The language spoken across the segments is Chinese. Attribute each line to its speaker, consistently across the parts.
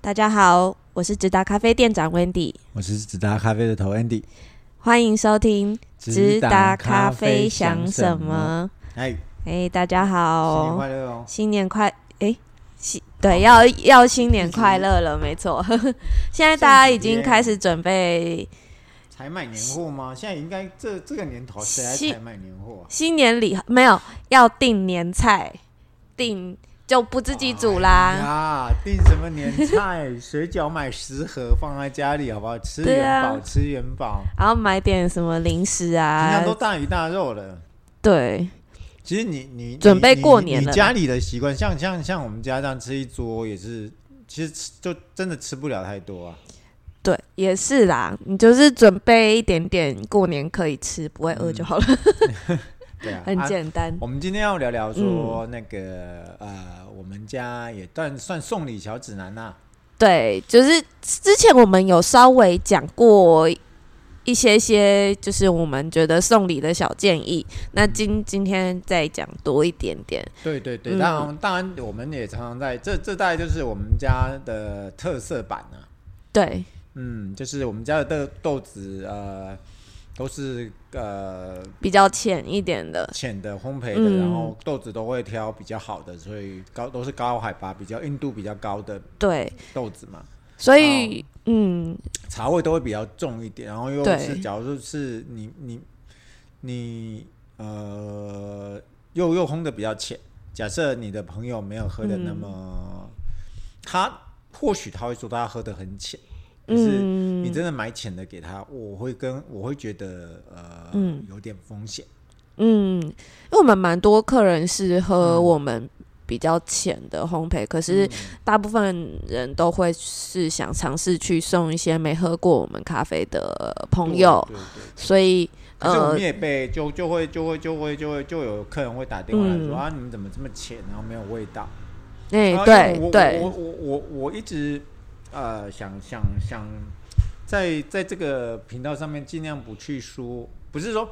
Speaker 1: 大家好，我是直达咖啡店长 Wendy，
Speaker 2: 我是直达咖啡的头 Andy。
Speaker 1: 欢迎收听直达咖啡想什么？
Speaker 2: 哎，
Speaker 1: 哎，大家
Speaker 2: 新年
Speaker 1: 好，
Speaker 2: 快乐哦！
Speaker 1: 新年快哎新对要要新年快乐了，没错。 现在大家已经开始准备
Speaker 2: 才买年货吗？现在应该这这个年头谁还
Speaker 1: 新
Speaker 2: 才买年货啊？
Speaker 1: 新年礼，没有要订年菜，订就不自己煮
Speaker 2: 哎
Speaker 1: 啦。
Speaker 2: 呀，订什么年菜？水饺买十盒放在家里好不好？吃
Speaker 1: 对
Speaker 2: 元
Speaker 1: 啊
Speaker 2: 宝，吃元宝。
Speaker 1: 然后买点什么零食
Speaker 2: 平
Speaker 1: 啊
Speaker 2: 常都？大鱼大肉了。
Speaker 1: 对，
Speaker 2: 其实你你
Speaker 1: 准备
Speaker 2: 你
Speaker 1: 过年
Speaker 2: 你
Speaker 1: 了
Speaker 2: 你家里的习惯，像像像我们家这样吃一桌也是，其实吃就真的吃不了太多啊。
Speaker 1: 对，也是啦，你就是准备一点点过年可以吃，不会饿就好了，
Speaker 2: 对啊，
Speaker 1: 很
Speaker 2: 啊
Speaker 1: 简单。
Speaker 2: 我们今天要聊聊说那个、呃，我们家也算算送礼小指南呐、
Speaker 1: 对，就是之前我们有稍微讲过一些些，就是我们觉得送礼的小建议。那今今天再讲多一点点。
Speaker 2: 对对对，
Speaker 1: 嗯
Speaker 2: 当然当然，我们也常常在这这大概就是我们家的特色版啊。
Speaker 1: 对，
Speaker 2: 嗯，就是我们家的豆豆子呃都是呃
Speaker 1: 比较浅一点的，
Speaker 2: 浅的烘焙的，
Speaker 1: 嗯
Speaker 2: 然后豆子都会挑比较好的，所以高都是高海拔、比较硬度比较高的
Speaker 1: 对，
Speaker 2: 豆子嘛。
Speaker 1: 所以、嗯，
Speaker 2: 茶味都会比较重一点，然后又
Speaker 1: 对
Speaker 2: 是假如说是你你你呃又又烘的比较浅，假设你的朋友没有喝的那
Speaker 1: 嗯
Speaker 2: 么，他或许他会说他喝的很浅，
Speaker 1: 嗯
Speaker 2: 可是你真的买浅的给他，我会跟我会觉得呃、
Speaker 1: 嗯
Speaker 2: 有点风险，
Speaker 1: 嗯，因为我们蛮多客人是喝我们比较浅的烘焙，可
Speaker 2: 嗯
Speaker 1: 是大部分人都会是想尝试去送一些没喝过我们咖啡的朋友，
Speaker 2: 对对对
Speaker 1: 所以
Speaker 2: 可是我
Speaker 1: 呃
Speaker 2: 们，也被就就会就会就会就会就有客人会打电话来说、
Speaker 1: 嗯
Speaker 2: 啊你们怎么这么浅，然后没有味道。
Speaker 1: 哎、
Speaker 2: 啊因为
Speaker 1: 对
Speaker 2: 我
Speaker 1: 对
Speaker 2: 我，我我我一直呃想想想在在这个频道上面尽量不去说，不是说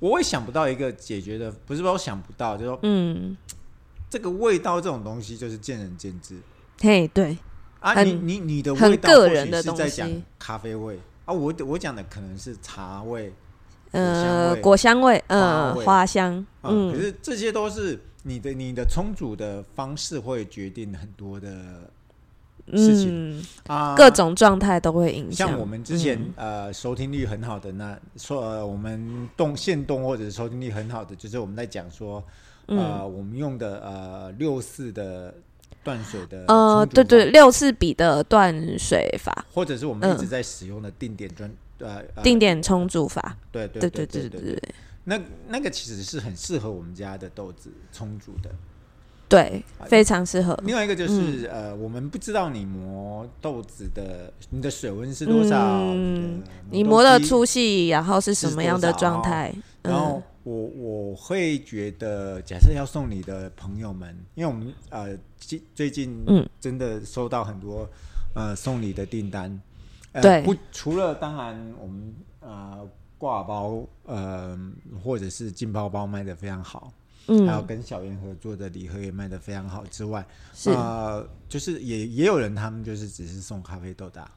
Speaker 2: 我会想不到一个解决的，不是说我想不到，就是说
Speaker 1: 嗯，
Speaker 2: 这个味道这种东西就是见仁见智
Speaker 1: 嘿，对，
Speaker 2: 啊，
Speaker 1: 很
Speaker 2: 你你你的
Speaker 1: 很
Speaker 2: 味道
Speaker 1: 个
Speaker 2: 或许
Speaker 1: 人的
Speaker 2: 是
Speaker 1: 东
Speaker 2: 在
Speaker 1: 西
Speaker 2: 讲咖啡味啊，我我讲的可能是茶味
Speaker 1: 呃，
Speaker 2: 果
Speaker 1: 果香味，
Speaker 2: 花
Speaker 1: 呃，
Speaker 2: 味
Speaker 1: 花香，
Speaker 2: 啊，
Speaker 1: 嗯
Speaker 2: 可，是这些都是你的你的冲煮的方式会决定很多的事
Speaker 1: 嗯，
Speaker 2: 啊
Speaker 1: 各种状态都会影响。嗯
Speaker 2: 像我们之前、呃收听率很好的那说、呃、我们动现动或者是收听率很好的，就是我们在讲说
Speaker 1: 嗯
Speaker 2: 呃、我们用的呃六四的断水的
Speaker 1: 呃，
Speaker 2: 冲煮
Speaker 1: 对对，
Speaker 2: 法，啊
Speaker 1: 六四比的断水法，
Speaker 2: 或者是我们一
Speaker 1: 嗯
Speaker 2: 直在使用的定点专、呃呃
Speaker 1: 定点冲煮法，
Speaker 2: 对对
Speaker 1: 对
Speaker 2: 对
Speaker 1: 对
Speaker 2: 对
Speaker 1: 对对对
Speaker 2: 那那个其实是很适合我们家的豆子冲煮的。
Speaker 1: 对，
Speaker 2: 啊
Speaker 1: 非常适合。
Speaker 2: 另外一个
Speaker 1: 嗯
Speaker 2: 就是、呃我们不知道你磨豆子的你的水温是多少，
Speaker 1: 嗯
Speaker 2: 你
Speaker 1: 你
Speaker 2: 的
Speaker 1: 磨的
Speaker 2: 豆机
Speaker 1: 粗细，然后是什么样的状态？嗯
Speaker 2: 然后我我会觉得，假设要送你的朋友们，因为我们呃最最近
Speaker 1: 嗯
Speaker 2: 真的收到很多、呃送礼的订单，呃、
Speaker 1: 对
Speaker 2: 不除了当然我们呃挂包呃或者是浸泡包卖的非常好，还有
Speaker 1: 嗯，
Speaker 2: 跟小圆合作的礼盒也卖的非常好之外，
Speaker 1: 是，
Speaker 2: 呃就是也也有人他们就是只是送咖啡豆的啊、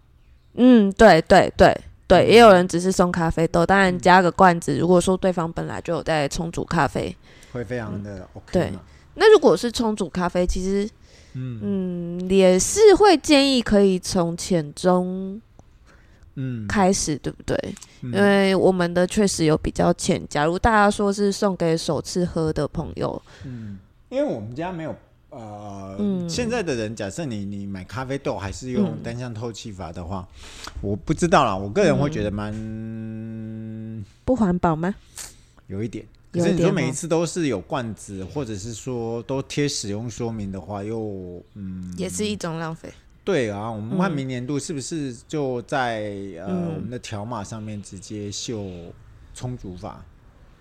Speaker 1: 嗯，对对对
Speaker 2: 嗯
Speaker 1: 对，也有人只是送咖啡豆，当然加个罐子。如果说对方本来就有在冲煮咖啡，
Speaker 2: 会非常的 OK
Speaker 1: 嗯对
Speaker 2: 嘛，
Speaker 1: 那如果是冲煮咖啡，其实
Speaker 2: 嗯
Speaker 1: 嗯也是会建议可以从浅中
Speaker 2: 嗯
Speaker 1: 开始，对不对？
Speaker 2: 嗯
Speaker 1: 因为我们的确实有比较浅。假如大家说是送给首次喝的朋友，
Speaker 2: 嗯，因为我们家没有呃，
Speaker 1: 嗯
Speaker 2: 现在的人，假设你你买咖啡豆还是用
Speaker 1: 嗯
Speaker 2: 单向透气法的话，我不知道啦，我个人会觉得蛮、
Speaker 1: 不环保吗？
Speaker 2: 有一点。
Speaker 1: 嗯
Speaker 2: 可
Speaker 1: 有一
Speaker 2: 是
Speaker 1: 点
Speaker 2: 你说
Speaker 1: 哦
Speaker 2: 每一次都是有罐子，或者是说都贴使用说明的话，又嗯，
Speaker 1: 也是一种浪费。
Speaker 2: 对啊，我们看
Speaker 1: 嗯
Speaker 2: 明年度是不是就在呃、
Speaker 1: 嗯
Speaker 2: 我们的条码上面直接秀冲煮法，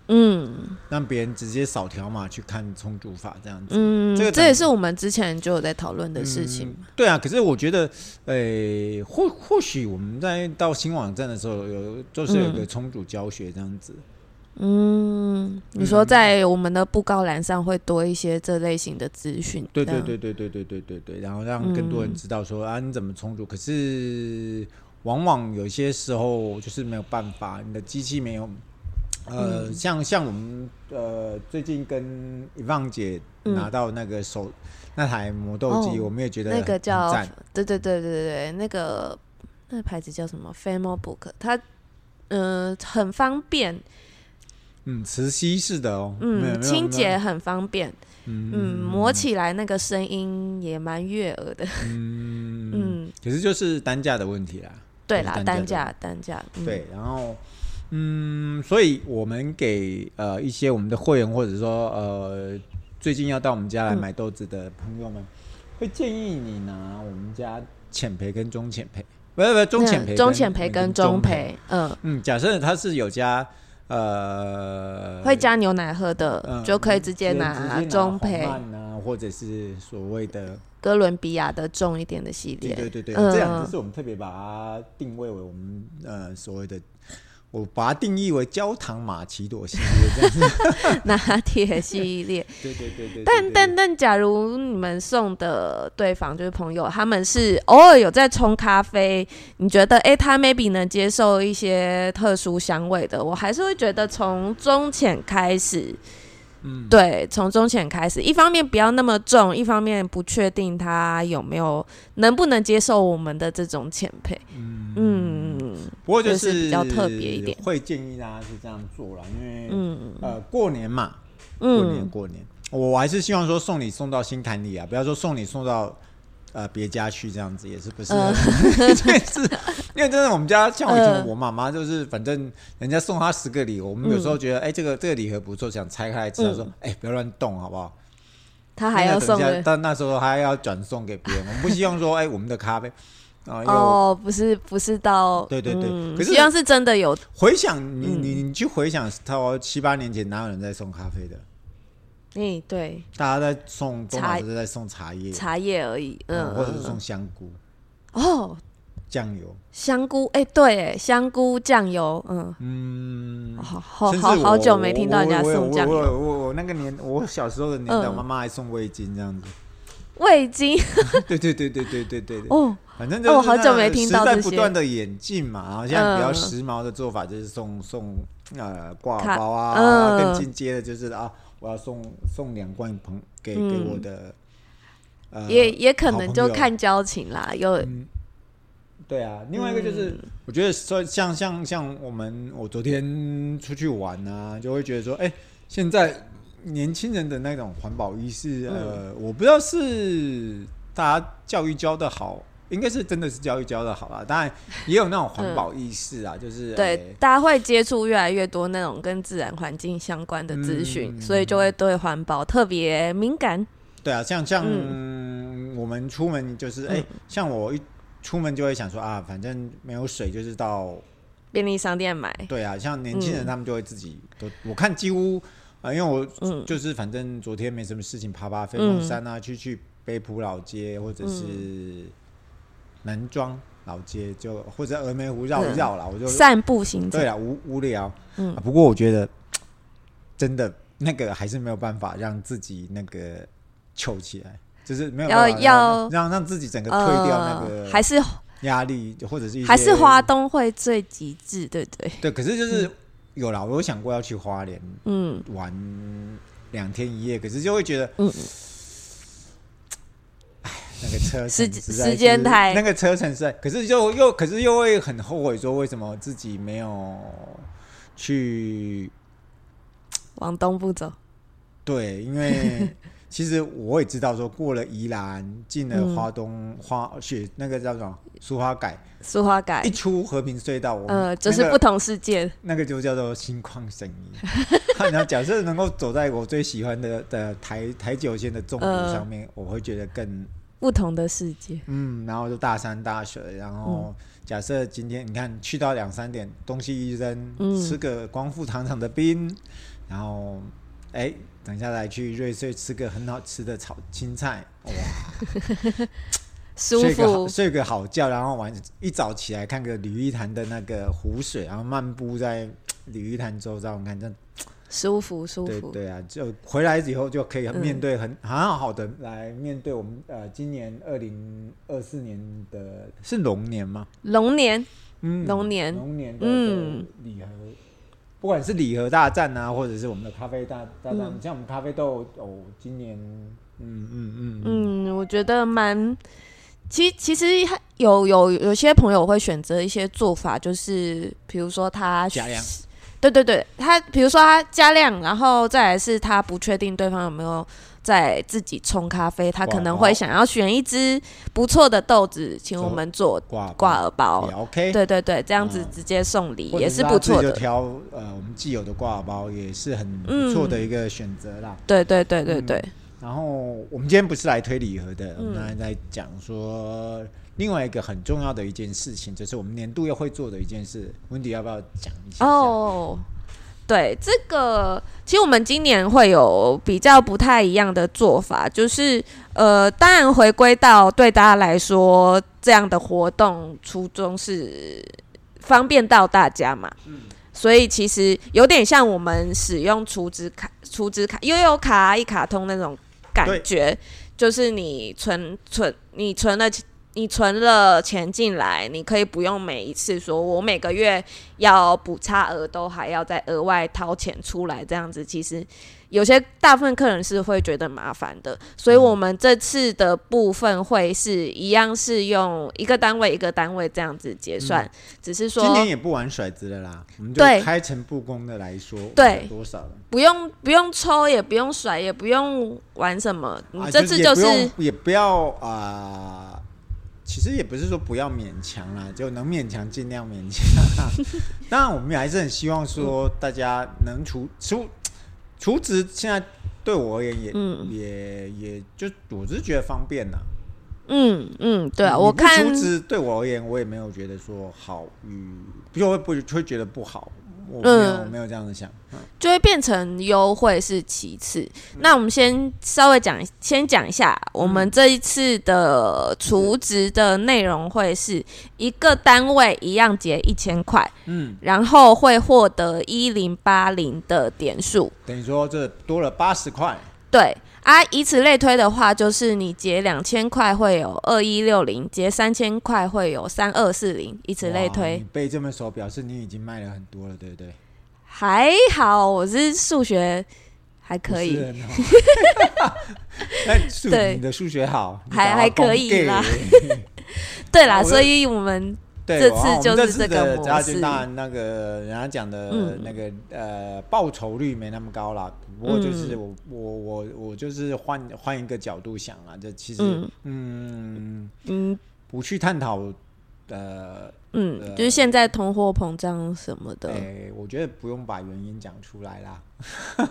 Speaker 1: 嗯
Speaker 2: 让别人直接扫条码去看冲煮法这样子。
Speaker 1: 嗯，
Speaker 2: 这个
Speaker 1: 这也是我们之前就有在讨论的事情。
Speaker 2: 嗯对啊，可是我觉得，诶、或或许我们在到新网站的时候有，就是有一个重组教学这样子，
Speaker 1: 嗯，你说在我们的布告栏上会多一些这类型的资讯，
Speaker 2: 对
Speaker 1: 这
Speaker 2: 对
Speaker 1: 样，
Speaker 2: 对对对对对对对，然后让更多人知道说、啊你怎么充足，可是往往有些时候就是没有办法，你的机器没有，呃，
Speaker 1: 嗯
Speaker 2: 像像我们呃最近跟一旺姐
Speaker 1: 嗯
Speaker 2: 拿到那个手、那台磨豆机，
Speaker 1: 哦
Speaker 2: 我们也觉得
Speaker 1: 那个
Speaker 2: 很
Speaker 1: 叫
Speaker 2: 赞，
Speaker 1: 对对对对对对，那个那牌子叫什么 f a m o Book，它呃很方便，
Speaker 2: 嗯，磁吸式的哦，没有没有
Speaker 1: 嗯，清
Speaker 2: 没
Speaker 1: 洁
Speaker 2: 有
Speaker 1: 很方便，嗯，
Speaker 2: 嗯
Speaker 1: 磨起来那个声音也蛮悦耳的，
Speaker 2: 嗯嗯，
Speaker 1: 嗯，
Speaker 2: 可是就是单价的问题啦，
Speaker 1: 对啦，
Speaker 2: 单
Speaker 1: 单
Speaker 2: 价
Speaker 1: 价单价，嗯
Speaker 2: 对，然后嗯，所以我们给呃一些我们的会员，或者说呃最近要到我们家来买豆子的朋
Speaker 1: 嗯
Speaker 2: 友们，会建议你拿我们家浅培跟中浅培，不是不是中浅培
Speaker 1: 嗯
Speaker 2: 跟、
Speaker 1: 中浅培跟中
Speaker 2: 培。
Speaker 1: 培，嗯，
Speaker 2: 嗯，假设它是有加呃
Speaker 1: 会加牛奶喝的
Speaker 2: 嗯
Speaker 1: 就可以直接
Speaker 2: 直
Speaker 1: 拿
Speaker 2: 接
Speaker 1: 中
Speaker 2: 红
Speaker 1: 培
Speaker 2: 蔓啊，或者是所谓的
Speaker 1: 哥伦比亚的重一点的系列，
Speaker 2: 对对对对，
Speaker 1: 嗯
Speaker 2: 这两只是我们特别把它定位为我们呃所谓的，我把它定义为焦糖玛奇朵系列这样 子。
Speaker 1: 拿铁系列。
Speaker 2: 对对对对对
Speaker 1: 但
Speaker 2: 对
Speaker 1: 但但，假如你们送的对方就是朋友，他们是偶尔有在冲咖啡，你觉得诶，他 maybe 能接受一些特殊香味的，我还是会觉得从中浅开始，
Speaker 2: 嗯
Speaker 1: 对，从中浅开始，一方面不要那么重，一方面不确定他有没有能不能接受我们的这种浅配，嗯
Speaker 2: 不过就
Speaker 1: 就是
Speaker 2: 是
Speaker 1: 比较特别一点
Speaker 2: 会建议大家是这样做啦，因为、
Speaker 1: 嗯
Speaker 2: 呃过年嘛，过年
Speaker 1: 嗯
Speaker 2: 过年，我还是希望说送你送到心坎里啊，不要说送你送到。呃，别家去这样子也是不是 很？这、是因为真的，我们家像我以前
Speaker 1: 嗯
Speaker 2: 我妈妈就是，反正人家送她十个礼，我们有时候
Speaker 1: 嗯
Speaker 2: 觉得，哎、这个这个礼盒不错，想拆开来吃，她说，哎、不要乱动，好不好？
Speaker 1: 他还要
Speaker 2: 因为等
Speaker 1: 送
Speaker 2: 一下
Speaker 1: 人。
Speaker 2: 但那时候还要转送给别人，我们不希望说，哎、我们的咖啡啊、又
Speaker 1: 哦，不是不是到
Speaker 2: 对对对
Speaker 1: 嗯
Speaker 2: 可是
Speaker 1: 希望是真的有
Speaker 2: 回想你你你去回想，到七八年前哪有人在送咖啡的？
Speaker 1: 嗯对
Speaker 2: 大家在送，都
Speaker 1: 茶
Speaker 2: 马是在送茶叶，
Speaker 1: 茶叶而已，嗯，
Speaker 2: 嗯或者是
Speaker 1: 嗯
Speaker 2: 送香菇、
Speaker 1: 哦
Speaker 2: 酱油。
Speaker 1: 香菇，哎、对，哎，香菇酱油，嗯，
Speaker 2: 嗯，
Speaker 1: 好好
Speaker 2: 甚至
Speaker 1: 哦好
Speaker 2: 我
Speaker 1: 好久没听到人家
Speaker 2: 我我
Speaker 1: 送酱
Speaker 2: 我我
Speaker 1: 油，
Speaker 2: 我我我那个年，我小时候的年代，
Speaker 1: 嗯
Speaker 2: 妈妈还送味精这样子。
Speaker 1: 味精
Speaker 2: 对对对对对对对对。
Speaker 1: 哦，
Speaker 2: 反正
Speaker 1: 哦
Speaker 2: 就
Speaker 1: 我
Speaker 2: 是
Speaker 1: 好久
Speaker 2: 那
Speaker 1: 没听到
Speaker 2: 时代
Speaker 1: 这
Speaker 2: 不
Speaker 1: 些
Speaker 2: 断的演进嘛，然后现在比较
Speaker 1: 嗯
Speaker 2: 时髦的做法就是送送呃挂耳
Speaker 1: 卡
Speaker 2: 包啊，
Speaker 1: 嗯
Speaker 2: 然后更进阶的就是啊，我要送送两罐朋给给
Speaker 1: 嗯
Speaker 2: 我的，呃，
Speaker 1: 也也可能
Speaker 2: 好朋
Speaker 1: 就
Speaker 2: 友嗯
Speaker 1: 看交情啦，有
Speaker 2: 对啊。另外一个就是，我觉得说像像像我们我昨天出去玩啊，就会觉得说，哎、现在年轻人的那种环保意识，呃，我不知道是大家教育教的好，应该是真的是教育教的好啦。当然也有那种环保意识啊，就是
Speaker 1: 对，大家会接触越来越多那种跟自然环境相关的资讯，
Speaker 2: 嗯
Speaker 1: 所以就会对环保特别敏感。
Speaker 2: 对啊，像像、我们出门就是哎、像我一出门就会想说啊，反正没有水就是到
Speaker 1: 便利商店买，
Speaker 2: 对啊，像年轻人他们就会自己都，我看几乎啊、呃因为我、
Speaker 1: 嗯
Speaker 2: 就是反正昨天没什么事情，爬爬飞龙山啊，去去北浦老街或者
Speaker 1: 嗯
Speaker 2: 是南庄老街，就或者峨眉湖绕一绕啦，我就
Speaker 1: 散步行
Speaker 2: 对
Speaker 1: 程，
Speaker 2: 啊，无无聊。
Speaker 1: 嗯
Speaker 2: 啊不过我觉得真的那个还是没有办法让自己那个糗起来，就是没有
Speaker 1: 要
Speaker 2: 办法
Speaker 1: 要
Speaker 2: 让让让自己整个推掉那
Speaker 1: 呃，还
Speaker 2: 个
Speaker 1: 是
Speaker 2: 压力，或者是一
Speaker 1: 还是
Speaker 2: 些
Speaker 1: 花嗯东会最极致，对不对？
Speaker 2: 对，可是就是有啦，我有想过要去花莲
Speaker 1: 嗯
Speaker 2: 玩两天一夜，可是就会觉得，
Speaker 1: 嗯
Speaker 2: 唉那个车程
Speaker 1: 时间
Speaker 2: 实在是
Speaker 1: 时间太
Speaker 2: 那个车程实在，可是又又可是又会很后悔，说为什么自己没有去
Speaker 1: 往东部走，
Speaker 2: 对，因为其实我也知道说过了宜兰，进了
Speaker 1: 嗯
Speaker 2: 花东、花雪那个叫什么苏花改，
Speaker 1: 苏花改
Speaker 2: 一，出和平隧道，我们
Speaker 1: 哎呃，就
Speaker 2: 那
Speaker 1: 是
Speaker 2: 个
Speaker 1: 不同世界。
Speaker 2: 那个就叫做心旷神怡。 然后假设能够走在我最喜欢的的台台九线的纵
Speaker 1: 呃
Speaker 2: 谷上面，我会觉得更
Speaker 1: 不同的世界。
Speaker 2: 嗯，然后就大山大水，然
Speaker 1: 嗯
Speaker 2: 后假设今天你看去到两三点，东西一扔，
Speaker 1: 嗯
Speaker 2: 吃个光复糖厂的冰，然后哎，等一下来去瑞穗吃个很好吃的炒青菜，哇，
Speaker 1: 舒
Speaker 2: 睡个好
Speaker 1: 服，
Speaker 2: 睡个好觉，然后晚一早起来看个吕玉潭的那个湖水，然后漫步在鲤鱼潭周遭，你看这
Speaker 1: 舒服舒
Speaker 2: 对
Speaker 1: 服，
Speaker 2: 对啊，就回来以后就可以
Speaker 1: 嗯
Speaker 2: 面对很、很好的来面对我们呃今年二零二四年的是龙年吗？
Speaker 1: 龙年
Speaker 2: 嗯，
Speaker 1: 龙年
Speaker 2: 龙年的
Speaker 1: 嗯
Speaker 2: 礼盒，不管是礼盒大战啊，或者是我们的咖啡大大战，
Speaker 1: 嗯
Speaker 2: 像我们咖啡豆哦，今年嗯嗯嗯
Speaker 1: 嗯，我觉得蛮，其其实还有有有些朋友会选择一些做法，就是比如说他
Speaker 2: 加量，
Speaker 1: 对对对，他比如说他加量，然后再来是他不确定对方有没有在自己冲咖啡，他
Speaker 2: 挂
Speaker 1: 可能
Speaker 2: 包
Speaker 1: 会想要选一支不错的豆子，请我
Speaker 2: 做
Speaker 1: 们做
Speaker 2: 挂
Speaker 1: 挂耳包
Speaker 2: 也。OK，
Speaker 1: 对对对，这样子
Speaker 2: 嗯
Speaker 1: 直接送礼、
Speaker 2: 或者
Speaker 1: 也
Speaker 2: 是
Speaker 1: 不错
Speaker 2: 他自己
Speaker 1: 的。
Speaker 2: 就挑呃我们既有的挂包也是很不
Speaker 1: 嗯
Speaker 2: 错的一个选择啦。
Speaker 1: 对对对对
Speaker 2: 嗯
Speaker 1: 对，
Speaker 2: 然后我们今天不是来推礼盒的，我
Speaker 1: 嗯
Speaker 2: 们来来讲说另外一个很重要的一件事情，就是我们年度要会做的一件事。温迪要不要讲一下？，
Speaker 1: 哦，对，这个其实我们今年会有比较不太一样的做法，就是呃，当然回归到对大家来说，这样的活动初衷是方便到大家嘛。所以其实有点像我们使用储值卡、储值卡、悠悠卡、一卡通那种感
Speaker 2: 对
Speaker 1: 觉，就是你存存你存了钱你存了钱进来，你可以不用每一次说我每个月要补差额，都还要再额外掏钱出来这样子。其实有些大部分客人是会觉得麻烦的，所以
Speaker 2: 嗯
Speaker 1: 我们这次的部分会是一样是用一个单位一个单位这样子结算，
Speaker 2: 嗯
Speaker 1: 只是说
Speaker 2: 今年也不玩甩子了啦，我们就
Speaker 1: 对
Speaker 2: 开诚布公的来说，
Speaker 1: 对
Speaker 2: 我们有多少了？
Speaker 1: 不用不用抽，也不用甩，也不用玩什么，你
Speaker 2: 啊
Speaker 1: 嗯这次就是
Speaker 2: 也不用也不要啊、其实也不是说不要勉强啦，就能勉强尽量勉强。 当然，我们还是很希望
Speaker 1: 嗯
Speaker 2: 说大家能除除除职，现在对我而言也、
Speaker 1: 嗯
Speaker 2: 也也就我只是觉得方便啦。
Speaker 1: 嗯嗯，对啊，
Speaker 2: 你
Speaker 1: 我
Speaker 2: 不
Speaker 1: 看
Speaker 2: 除职对我而言，我也没有觉得说好与不就会不会觉得不好，我没有、
Speaker 1: 嗯
Speaker 2: 没有这样子想。嗯
Speaker 1: 就会变成优惠是其次。那我们先稍微讲，先讲一下
Speaker 2: 嗯
Speaker 1: 我们这一次的储值的内容会是一个单位一样结一千块，
Speaker 2: 嗯，
Speaker 1: 然后会获得一零八零的点数。
Speaker 2: 等于说这多了八十块。
Speaker 1: 对啊，以此类推的话，就是你结两千块会有二一六零，结三千块会有三二四零，以此类
Speaker 2: 哇
Speaker 1: 推
Speaker 2: 你。背这么熟，表示你已经卖了很多了，对不对？
Speaker 1: 还好，我是数学还可
Speaker 2: 不是
Speaker 1: 以，
Speaker 2: 很好。 那数
Speaker 1: 对
Speaker 2: 你的数学好，你
Speaker 1: 还
Speaker 2: 搞到
Speaker 1: 还可以
Speaker 2: 公 gay
Speaker 1: 啦 对啦，
Speaker 2: 我
Speaker 1: 所以我们
Speaker 2: 对，
Speaker 1: 这
Speaker 2: 我啊
Speaker 1: 次就
Speaker 2: 我们
Speaker 1: 是
Speaker 2: 这次
Speaker 1: 这个
Speaker 2: 的
Speaker 1: 模
Speaker 2: 家
Speaker 1: 式
Speaker 2: 军当然那个人家讲的
Speaker 1: 嗯嗯
Speaker 2: 那个、呃报酬率没那么高啦，不过就是我、我我我就是换换一个角度想啦，这其实
Speaker 1: 嗯
Speaker 2: 嗯
Speaker 1: 嗯
Speaker 2: 不去探讨呃
Speaker 1: 嗯，
Speaker 2: 呃
Speaker 1: 就是现在通货膨胀什么的
Speaker 2: 诶我觉得不用把原因讲出来啦。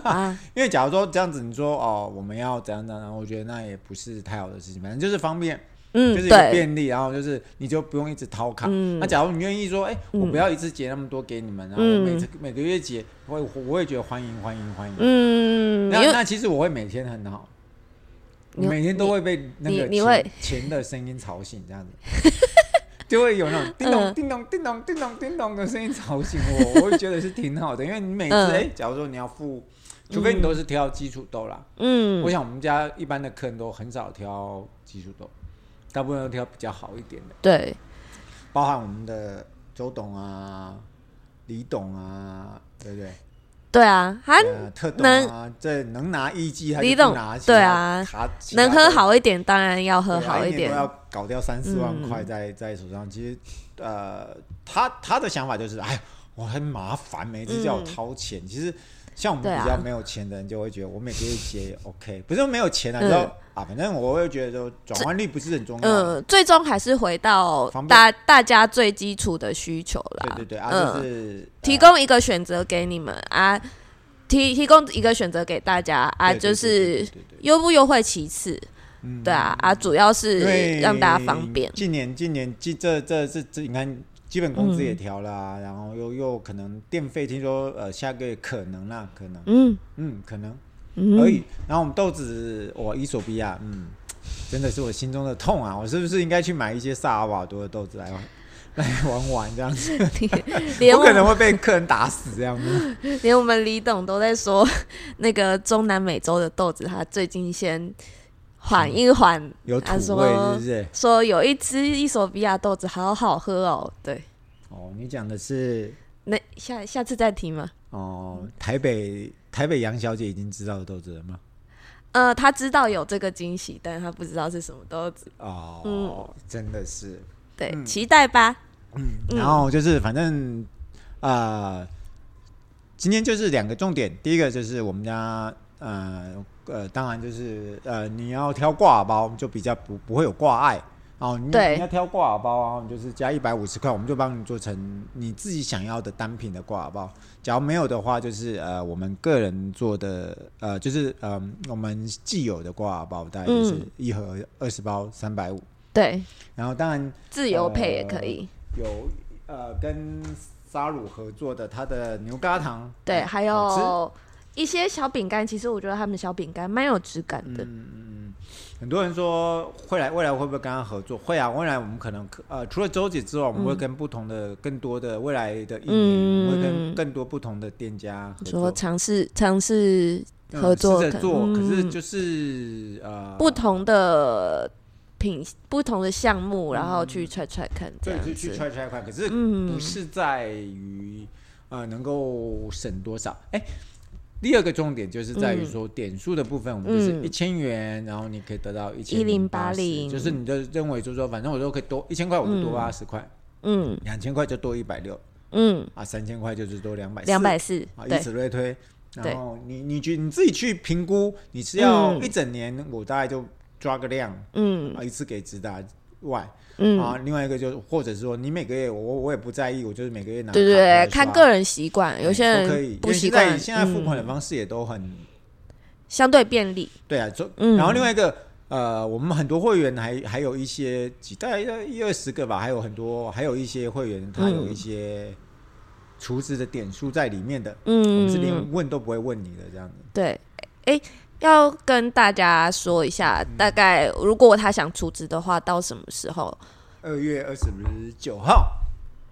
Speaker 2: 哎
Speaker 1: 啊，
Speaker 2: 因为假如说这样子，你说哦，我们要怎样怎样，然后我觉得那也不是太好的事情，反正就是方便，
Speaker 1: 嗯
Speaker 2: 就是，一个
Speaker 1: 对，
Speaker 2: 便利，然后就是你就不用一直掏卡。
Speaker 1: 嗯
Speaker 2: 那假如你愿意说，哎、我
Speaker 1: 嗯
Speaker 2: 不要一次结那么多给你们，然后我每
Speaker 1: 嗯
Speaker 2: 次、每个月结，我也我也觉得欢迎欢迎欢迎。
Speaker 1: 嗯，
Speaker 2: 那
Speaker 1: 因为
Speaker 2: 那其实我会每天很好，我
Speaker 1: 你
Speaker 2: 每天都会被那个
Speaker 1: 你你
Speaker 2: 钱
Speaker 1: 会
Speaker 2: 钱的声音吵醒，这样子。 就会有那 种叮咚
Speaker 1: 嗯
Speaker 2: 叮咚叮咚叮咚叮咚的声音吵醒我，我会觉得是挺好的，因为你每次
Speaker 1: 嗯
Speaker 2: 哎、假如说你要付，除非你都是挑基础豆啦，我
Speaker 1: 嗯
Speaker 2: 想我们家一般的客人都很少挑技术豆，大部分都挑比较好一点的，
Speaker 1: 对，
Speaker 2: 包含我们的周董啊、李董啊，对不对？
Speaker 1: 对啊，还
Speaker 2: 呃，特董啊，这能拿一季还是
Speaker 1: 李
Speaker 2: 不
Speaker 1: 董
Speaker 2: 拿？其
Speaker 1: 对
Speaker 2: 他
Speaker 1: 啊
Speaker 2: 卡其他
Speaker 1: 能
Speaker 2: 的
Speaker 1: 喝好一点，当然要喝
Speaker 2: 对啊
Speaker 1: 好
Speaker 2: 一
Speaker 1: 点嗯
Speaker 2: 年都，要搞掉三四万块在、在手上。其实，呃，他他的想法就是，哎，我很麻烦，每次叫我掏钱。其实，像我
Speaker 1: 嗯对
Speaker 2: 们
Speaker 1: 啊
Speaker 2: 比较没有钱的人，就会觉得我每个月结 OK，不是说没有钱啊，就
Speaker 1: 嗯
Speaker 2: 说啊，反正我会觉得说转换率不是很重要。
Speaker 1: 嗯，最终还是回到
Speaker 2: 啊方便
Speaker 1: 大大家最基础的需求
Speaker 2: 对
Speaker 1: 啦，
Speaker 2: 对对啊，就
Speaker 1: 嗯，
Speaker 2: 是、
Speaker 1: 提
Speaker 2: 呃
Speaker 1: 供一个选择给你们啊，提提供一个选择给大家啊，
Speaker 2: 哎对对
Speaker 1: 就
Speaker 2: 对
Speaker 1: 是
Speaker 2: 对对对对
Speaker 1: 优不优惠其次，
Speaker 2: 嗯
Speaker 1: 对啊啊，主要
Speaker 2: 因
Speaker 1: 是
Speaker 2: 为
Speaker 1: 让大家方便，
Speaker 2: 近年近年这这这这这，你看基本工资
Speaker 1: 嗯
Speaker 2: 也调了啊、然后又又可能电费，听说呃下个月可能啦，可能
Speaker 1: 嗯
Speaker 2: 嗯可能。
Speaker 1: 嗯，
Speaker 2: 而已。然后我们豆子，我伊索比亚，嗯，真的是我心中的痛啊！我是不是应该去买一些萨尔瓦多的豆子来 来玩玩这样子，
Speaker 1: 连
Speaker 2: 我
Speaker 1: 我
Speaker 2: 可能会被客人打死这样子。
Speaker 1: 连我们李董都在说， 那个中南美洲的豆子，他最近先缓一缓，
Speaker 2: 嗯有土
Speaker 1: 他
Speaker 2: 味是
Speaker 1: 说
Speaker 2: 不是？
Speaker 1: 说有一支伊索比亚豆子好好喝哦。对，
Speaker 2: 哦，你讲的是
Speaker 1: 那下下次再提嘛。
Speaker 2: 哦，台北台北杨小姐已经知道的豆子了吗？
Speaker 1: 呃，他知道有这个惊喜，但他不知道是什么豆子。
Speaker 2: 哦，
Speaker 1: 嗯
Speaker 2: 真的是，
Speaker 1: 对，
Speaker 2: 嗯
Speaker 1: 期待吧。嗯
Speaker 2: 然后就是反正啊、呃今天就是两个重点，第一个就是我们家呃呃，当然就是呃，你要挑挂耳包就比较不不会有挂碍。哦，你
Speaker 1: 对
Speaker 2: 你要挑挂耳包啊，你就是加一百五十块，我们就帮你做成你自己想要的单品的挂耳包。假如没有的话，就是呃，我们个人做的，呃，就是嗯、我们既有的挂耳包大概就是
Speaker 1: 嗯
Speaker 2: 一盒二十包三百五，
Speaker 1: 对，
Speaker 2: 然后当然
Speaker 1: 自由配也可以。
Speaker 2: 哦有呃跟沙鲁合作的他的牛轧糖，
Speaker 1: 对，
Speaker 2: 嗯
Speaker 1: 还
Speaker 2: 好
Speaker 1: 有一些小饼干，其实我觉得他们小饼干蛮有质感
Speaker 2: 嗯
Speaker 1: 的。
Speaker 2: 吃很多人说会来未来会不会跟他合作？会啊，未来我们可能可呃除了周姐之外，我们会跟不同的、更多的未来的一年，
Speaker 1: 嗯
Speaker 2: 我们会跟更多不同的店家合
Speaker 1: 说
Speaker 2: 作。
Speaker 1: 尝试尝试
Speaker 2: 嗯
Speaker 1: 合作
Speaker 2: 试着做，
Speaker 1: 嗯
Speaker 2: 可是就是呃，
Speaker 1: 不同的品、不同的项目，然后去踹踹看这
Speaker 2: 嗯对，
Speaker 1: 样
Speaker 2: 就去
Speaker 1: 子。
Speaker 2: 揣揣看，可是
Speaker 1: 嗯
Speaker 2: 不是在于呃能够省多少。哎、第二个重点就是在于说点数的部分，我们就是
Speaker 1: 嗯
Speaker 2: 一千元，然后你可以得到一千
Speaker 1: 1080
Speaker 2: 就是你就认为就是说，反正我都可以多一千块，我就多八十块，
Speaker 1: 嗯
Speaker 2: 两千块就多一百六
Speaker 1: 嗯，
Speaker 2: 啊，三千块就是多两百
Speaker 1: 两百四
Speaker 2: 啊，，以
Speaker 1: 对
Speaker 2: 此类推。
Speaker 1: 对
Speaker 2: 然后你你觉你自己去评估，你是要
Speaker 1: 嗯
Speaker 2: 一整年，我大概就抓个量
Speaker 1: 嗯
Speaker 2: 啊，一次给直达外。
Speaker 1: 嗯，
Speaker 2: 啊，另外一个就是，或者是说你每个月我我也不在意，我就是每个月拿
Speaker 1: 对对
Speaker 2: 卡出来
Speaker 1: 对，
Speaker 2: 刷
Speaker 1: 看个人习惯，有些
Speaker 2: 嗯都可以
Speaker 1: 人
Speaker 2: 因
Speaker 1: 不
Speaker 2: 为
Speaker 1: 习
Speaker 2: 现在
Speaker 1: 惯，
Speaker 2: 现在付款的
Speaker 1: 嗯
Speaker 2: 方式也都很
Speaker 1: 相对便利。
Speaker 2: 对啊，就
Speaker 1: 嗯
Speaker 2: 然后另外一个呃，我们很多会员还还有一些几大概一二十个吧，还有很多还有一些会员他
Speaker 1: 嗯
Speaker 2: 有一些厨师的点数在里面的，我们是
Speaker 1: 嗯，
Speaker 2: 连问都不会问你的这样子。
Speaker 1: 对，哎。要跟大家说一下，
Speaker 2: 嗯
Speaker 1: 大概如果他想出资的话，到什么时候？
Speaker 2: 二月二十九号，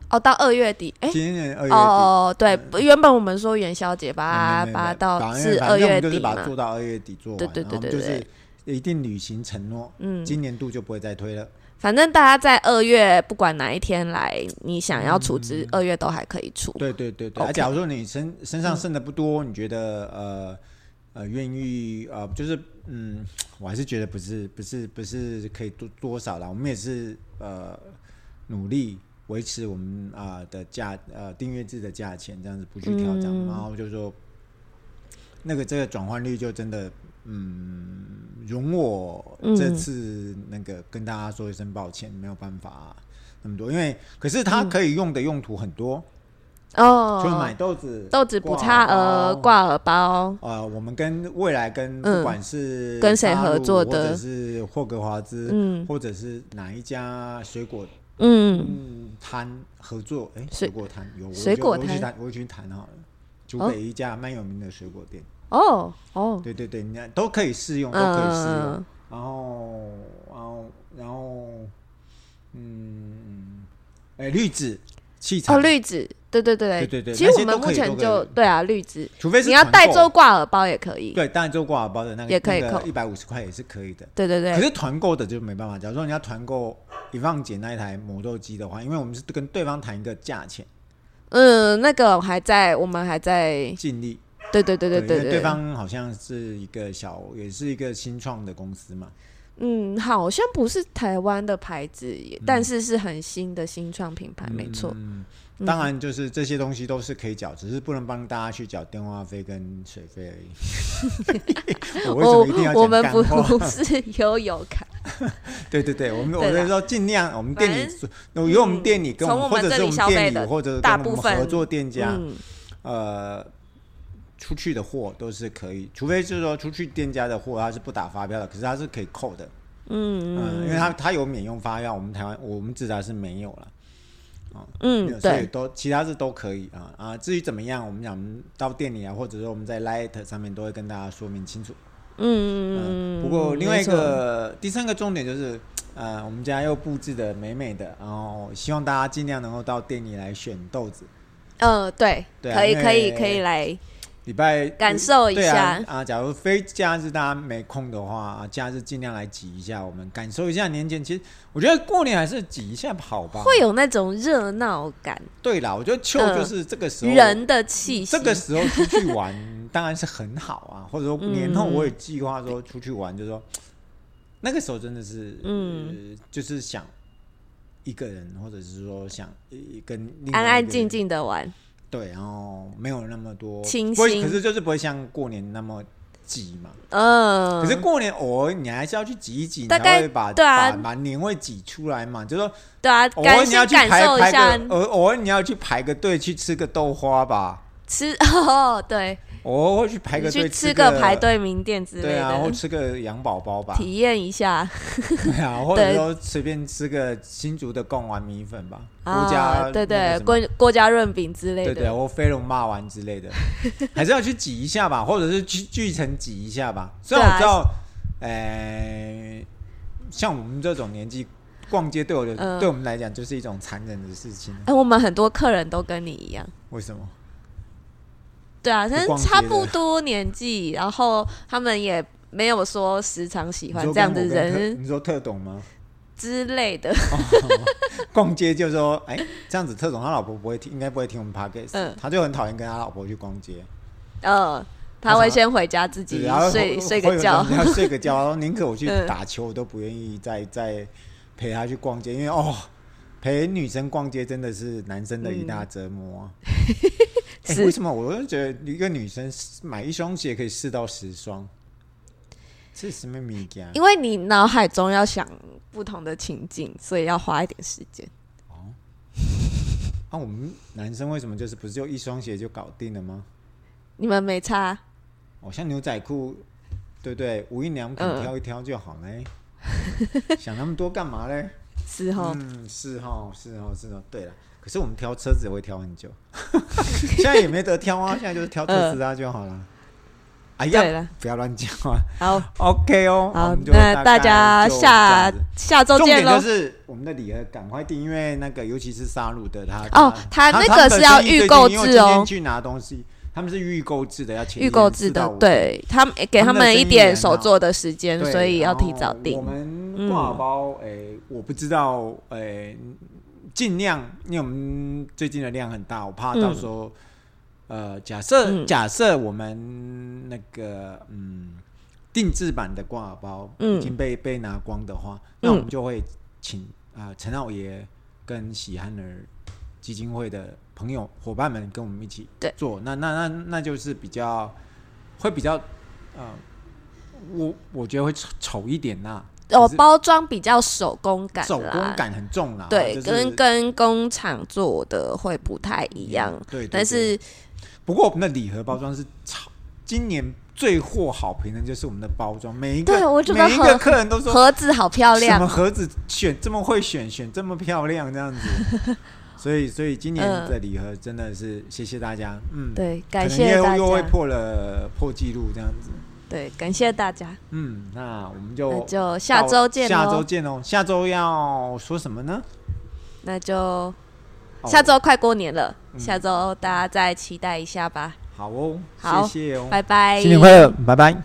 Speaker 1: 哦，到二月底，哎、
Speaker 2: 今年二月底。嗯
Speaker 1: 哦，对，不原本我们说元宵节把
Speaker 2: 没没
Speaker 1: 它把它
Speaker 2: 没反
Speaker 1: 啊到
Speaker 2: 正
Speaker 1: 是
Speaker 2: 反
Speaker 1: 二
Speaker 2: 正我
Speaker 1: 月
Speaker 2: 们就是
Speaker 1: 底
Speaker 2: 把它
Speaker 1: 嘛
Speaker 2: 做，到二月底做完，
Speaker 1: 对对对
Speaker 2: 然后我们
Speaker 1: 对
Speaker 2: 就是一定履行承诺，
Speaker 1: 嗯，
Speaker 2: 今年度就不会再推了。
Speaker 1: 反正大家在二月不管哪一天来，你想要出资，二、月都还可以出。
Speaker 2: 嗯对对对对，
Speaker 1: OK
Speaker 2: 啊，假如说你身身上剩的不多，你觉得呃呃愿意呃，就是嗯，我还是觉得不是不是不是可以多多少啦，我们也是呃努力维持我们啊、的价呃订阅制的价钱，这样子不去调
Speaker 1: 嗯
Speaker 2: 整，然后就说那个这个转换率就真的嗯，容我这
Speaker 1: 嗯
Speaker 2: 次那个跟大家说一声抱歉，没有办法、那么多，因为可是
Speaker 1: 嗯
Speaker 2: 它可以用的用途很多，就买
Speaker 1: 哦，
Speaker 2: 豆子、
Speaker 1: 豆子不差额、挂
Speaker 2: 挂
Speaker 1: 耳包，
Speaker 2: 包。呃，我们跟未来跟
Speaker 1: 嗯
Speaker 2: 不管是、
Speaker 1: 跟谁合作的
Speaker 2: 或者是霍格华兹，
Speaker 1: 嗯
Speaker 2: 或者是哪一家水果
Speaker 1: 嗯，
Speaker 2: 嗯摊合作？哎、
Speaker 1: 水
Speaker 2: 水果摊有，我
Speaker 1: 水
Speaker 2: 就
Speaker 1: 果
Speaker 2: 我去
Speaker 1: 摊
Speaker 2: 谈，我去谈好了。竹北一家蛮有名的水果店，
Speaker 1: 哦哦，
Speaker 2: 对对对，你看都可以试用，都可以试用。
Speaker 1: 嗯，
Speaker 2: 然后，然后，然后，嗯，哎、绿子器材，
Speaker 1: 哦，绿子，对对对
Speaker 2: 对对对
Speaker 1: 其实我
Speaker 2: 那些
Speaker 1: 们
Speaker 2: 都
Speaker 1: 目
Speaker 2: 可以
Speaker 1: 前
Speaker 2: 都
Speaker 1: 就
Speaker 2: 可以
Speaker 1: 对啊，绿子，
Speaker 2: 除非是
Speaker 1: 你要
Speaker 2: 团
Speaker 1: 代
Speaker 2: 购
Speaker 1: 周挂耳包也可以。
Speaker 2: 对，当然做挂耳包的那个
Speaker 1: 也可以扣
Speaker 2: 一百五十块也是可以的。
Speaker 1: 对对
Speaker 2: 可
Speaker 1: 对，
Speaker 2: 是团购的就没办法。假如说你要团购一放姐那一台磨豆机的话，因为我们是跟对方谈一个价钱，
Speaker 1: 嗯，那个还在，我们还在，
Speaker 2: 尽力。
Speaker 1: 对对对对
Speaker 2: 因为
Speaker 1: 对
Speaker 2: 对方好像是一个小，也是一个新创的公司嘛。
Speaker 1: 嗯，好像不是台湾的牌子，也但是是很新的新创品牌，哎没错。
Speaker 2: 嗯，当然就是这些东西都是可以缴，只是不能帮大家去缴电话费跟水费而 已。我为什么一定要
Speaker 1: 哦我
Speaker 2: 讲
Speaker 1: 们
Speaker 2: 干
Speaker 1: 不
Speaker 2: 话
Speaker 1: 是悠游卡，
Speaker 2: 对对对，我们
Speaker 1: 对
Speaker 2: 我
Speaker 1: 啦
Speaker 2: 就说尽量，我们店里
Speaker 1: 反，嗯
Speaker 2: 有有我们店里跟我
Speaker 1: 从
Speaker 2: 们，
Speaker 1: 我
Speaker 2: 或
Speaker 1: 们这
Speaker 2: 者是
Speaker 1: 里
Speaker 2: 我们
Speaker 1: 消费
Speaker 2: 店里，
Speaker 1: 的
Speaker 2: 或者是
Speaker 1: 大
Speaker 2: 跟我
Speaker 1: 部
Speaker 2: 们
Speaker 1: 分
Speaker 2: 合作店家，
Speaker 1: 嗯，
Speaker 2: 呃，出去的货都是可以，除非就是说出去店家的货它是不打发票的，可是它是可以扣的，嗯因为它它有免用发票，我们台湾我们自达是没有了，
Speaker 1: 嗯，
Speaker 2: 所以
Speaker 1: 对，
Speaker 2: 都其他是都可以啊啊，至于怎么样，我们想到店里啊，或者说我们在 Light 上面都会跟大家说明清楚。
Speaker 1: 嗯，
Speaker 2: 呃不过另外一
Speaker 1: 没错
Speaker 2: 个第三个重点就是，呃，我们家又布置的美美的，然后希望大家尽量能够到店里来选豆子。
Speaker 1: 嗯，对，
Speaker 2: 对啊
Speaker 1: 可以
Speaker 2: 因
Speaker 1: 可以
Speaker 2: 为
Speaker 1: 可以
Speaker 2: 啊
Speaker 1: 来
Speaker 2: 礼拜
Speaker 1: 感受一
Speaker 2: 对啊
Speaker 1: 下，
Speaker 2: 啊，假如非假日大家没空的话，啊假日尽量来挤一下，我们感受一下年前。其实我觉得过年还是挤一下好吧。
Speaker 1: 会有那种热闹感，
Speaker 2: 对啦，我觉得秋
Speaker 1: 嗯
Speaker 2: 就是这个时候，
Speaker 1: 人的气息。
Speaker 2: 嗯这个时候出去玩 当然是很好啊，或者
Speaker 1: 嗯
Speaker 2: 说年后我有计划说出去玩，就是说那个时候真的是，
Speaker 1: 嗯
Speaker 2: 呃就是想一个人，或者是说想一跟另外一
Speaker 1: 安
Speaker 2: 个
Speaker 1: 安
Speaker 2: 人
Speaker 1: 静静的玩，
Speaker 2: 对，然后没有那么多
Speaker 1: 清
Speaker 2: 不会，
Speaker 1: 新
Speaker 2: 可是就是不会像过年那么挤嘛。
Speaker 1: 嗯，
Speaker 2: 可是过年偶尔你还是要去挤一挤，你
Speaker 1: 大
Speaker 2: 才
Speaker 1: 概
Speaker 2: 会把
Speaker 1: 对啊
Speaker 2: 把把年味挤出来嘛。就是说
Speaker 1: 对啊，
Speaker 2: 偶尔
Speaker 1: 感
Speaker 2: 哦你要
Speaker 1: 先
Speaker 2: 去
Speaker 1: 感
Speaker 2: 排
Speaker 1: 受一
Speaker 2: 排
Speaker 1: 下
Speaker 2: 个，偶偶尔你要去排个队去吃个豆花吧。
Speaker 1: 吃哦，对，
Speaker 2: 偶尔会去排
Speaker 1: 你
Speaker 2: 个
Speaker 1: 去
Speaker 2: 队，
Speaker 1: 吃
Speaker 2: 个
Speaker 1: 个排队名店之类
Speaker 2: 对啊，或
Speaker 1: 的，
Speaker 2: 吃个羊宝宝吧，
Speaker 1: 体验一下
Speaker 2: 对 啊，或者说随便吃个新竹的贡丸米粉吧，郭
Speaker 1: 啊
Speaker 2: 家，
Speaker 1: 对
Speaker 2: 那
Speaker 1: 对
Speaker 2: 个，什么
Speaker 1: 郭郭家润饼之类
Speaker 2: 对对，啊
Speaker 1: 的，
Speaker 2: 或飞龙骂丸之 类的，还是要去挤一下吧，或者是去聚成挤一下吧。虽然
Speaker 1: 对啊
Speaker 2: 我知道，呃，像我们这种年纪，逛街对我的、
Speaker 1: 嗯
Speaker 2: 对我们来讲就是一种残忍的事情。
Speaker 1: 哎，我们很多客人都跟你一样。
Speaker 2: 为什么？
Speaker 1: 对啊，但
Speaker 2: 不
Speaker 1: 是
Speaker 2: 逛街
Speaker 1: 差不
Speaker 2: 的
Speaker 1: 多年纪，然后他们也没有说时常喜
Speaker 2: 你
Speaker 1: 欢
Speaker 2: 说
Speaker 1: 这样的
Speaker 2: 跟我跟特
Speaker 1: 人
Speaker 2: 你说特懂吗？
Speaker 1: 之类的。
Speaker 2: 逛街就说，哎、这样子特种他老婆不会听，应该不会听我们 podcast，、
Speaker 1: 嗯
Speaker 2: 他就很讨厌跟他老婆去逛街，
Speaker 1: 呃，他会先回家自己
Speaker 2: 然后
Speaker 1: 睡
Speaker 2: 会
Speaker 1: 睡个觉
Speaker 2: 会。有人要睡个觉，然后宁可我去
Speaker 1: 嗯
Speaker 2: 打球，我都不愿意再 再陪他去逛街，因为哦，陪女生逛街真的是男生的一大折磨、啊。哎
Speaker 1: 嗯 是
Speaker 2: 为什么我就觉得一个女生买一双鞋可以试到十双？这是什么米家？
Speaker 1: 因为你脑海中要想不同的情境，所以要花一点时间。
Speaker 2: 啊，我们男生为什么就是不是就一双鞋就搞定了吗？
Speaker 1: 你们没差，
Speaker 2: 哦，像牛仔裤，对不对？无印良品
Speaker 1: 嗯
Speaker 2: 挑一挑就好嘞， 想那么多干嘛嘞？
Speaker 1: 是后
Speaker 2: 嗯，是哈，是哈，是哈。哦对了，可是我们挑车子也会挑很久，现在也没得挑啊，现在就是挑特斯拉就好了。哎
Speaker 1: 对
Speaker 2: 呀，
Speaker 1: 了，
Speaker 2: 不要乱讲啊。
Speaker 1: 好
Speaker 2: OK 哦，我
Speaker 1: 好，
Speaker 2: 们就
Speaker 1: 那大
Speaker 2: 大
Speaker 1: 家
Speaker 2: 概就这
Speaker 1: 下
Speaker 2: 样子
Speaker 1: 下周
Speaker 2: 重
Speaker 1: 见
Speaker 2: 点
Speaker 1: 喽
Speaker 2: 就。是我们的礼盒赶快订，因为那个尤其是沙鲁的啊他
Speaker 1: 哦他那个是要预购制哦
Speaker 2: 因为我今天去拿东西，他们是预购制的，要前一天
Speaker 1: 预购制
Speaker 2: 知道
Speaker 1: 的
Speaker 2: 我，
Speaker 1: 对他们给
Speaker 2: 他
Speaker 1: 他
Speaker 2: 们的
Speaker 1: 们一
Speaker 2: 生意
Speaker 1: 点
Speaker 2: 人
Speaker 1: 手
Speaker 2: 啊
Speaker 1: 做的时间，
Speaker 2: 对
Speaker 1: 所以要
Speaker 2: 然后
Speaker 1: 提早
Speaker 2: 我
Speaker 1: 订。嗯
Speaker 2: 们挂包，诶、我不知道，诶、尽量，因为我们最近的量很大，我怕到时候，呃，假设、
Speaker 1: 嗯
Speaker 2: 假设我们那个，嗯，定制版的挂包
Speaker 1: 嗯
Speaker 2: 已经被、被拿光的话，那我们就会请啊陈、老爷跟喜憨儿基金会的朋友伙伴们跟我们一起
Speaker 1: 对
Speaker 2: 做，那那那那就是比较会比较，呃，我我觉得会丑丑一点呐、
Speaker 1: 哦，
Speaker 2: 可是
Speaker 1: 包装比较手工感啦，
Speaker 2: 手工感很重啦，
Speaker 1: 对，
Speaker 2: 就是
Speaker 1: 跟跟工厂做的会不太一样。
Speaker 2: 对，对
Speaker 1: 但
Speaker 2: 对
Speaker 1: 是
Speaker 2: 不过我们的礼盒包装是超今年最获好评的就是我们的包装，每一个
Speaker 1: 对我觉得
Speaker 2: 每一个
Speaker 1: 很
Speaker 2: 客人都说
Speaker 1: 盒子好漂
Speaker 2: 什么
Speaker 1: 亮，
Speaker 2: 盒子选这么会选，选这么漂亮这样子， 所以所以今年
Speaker 1: 嗯
Speaker 2: 的礼盒真的是谢谢大家，嗯，
Speaker 1: 对，
Speaker 2: 可
Speaker 1: 感
Speaker 2: 能
Speaker 1: 谢
Speaker 2: 又
Speaker 1: 大
Speaker 2: 又会
Speaker 1: 家，
Speaker 2: 破了破纪录这样子，
Speaker 1: 对，感谢大家，
Speaker 2: 嗯，那我们就
Speaker 1: 那就下周见
Speaker 2: 下周
Speaker 1: 喽，
Speaker 2: 见哦，下周要说什么呢？
Speaker 1: 那就
Speaker 2: 哦
Speaker 1: 下周快过年了，
Speaker 2: 嗯
Speaker 1: 下周大家再期待一下吧，
Speaker 2: 好哦，
Speaker 1: 好
Speaker 2: 谢谢哦，
Speaker 1: 拜拜，
Speaker 2: 乐，拜拜。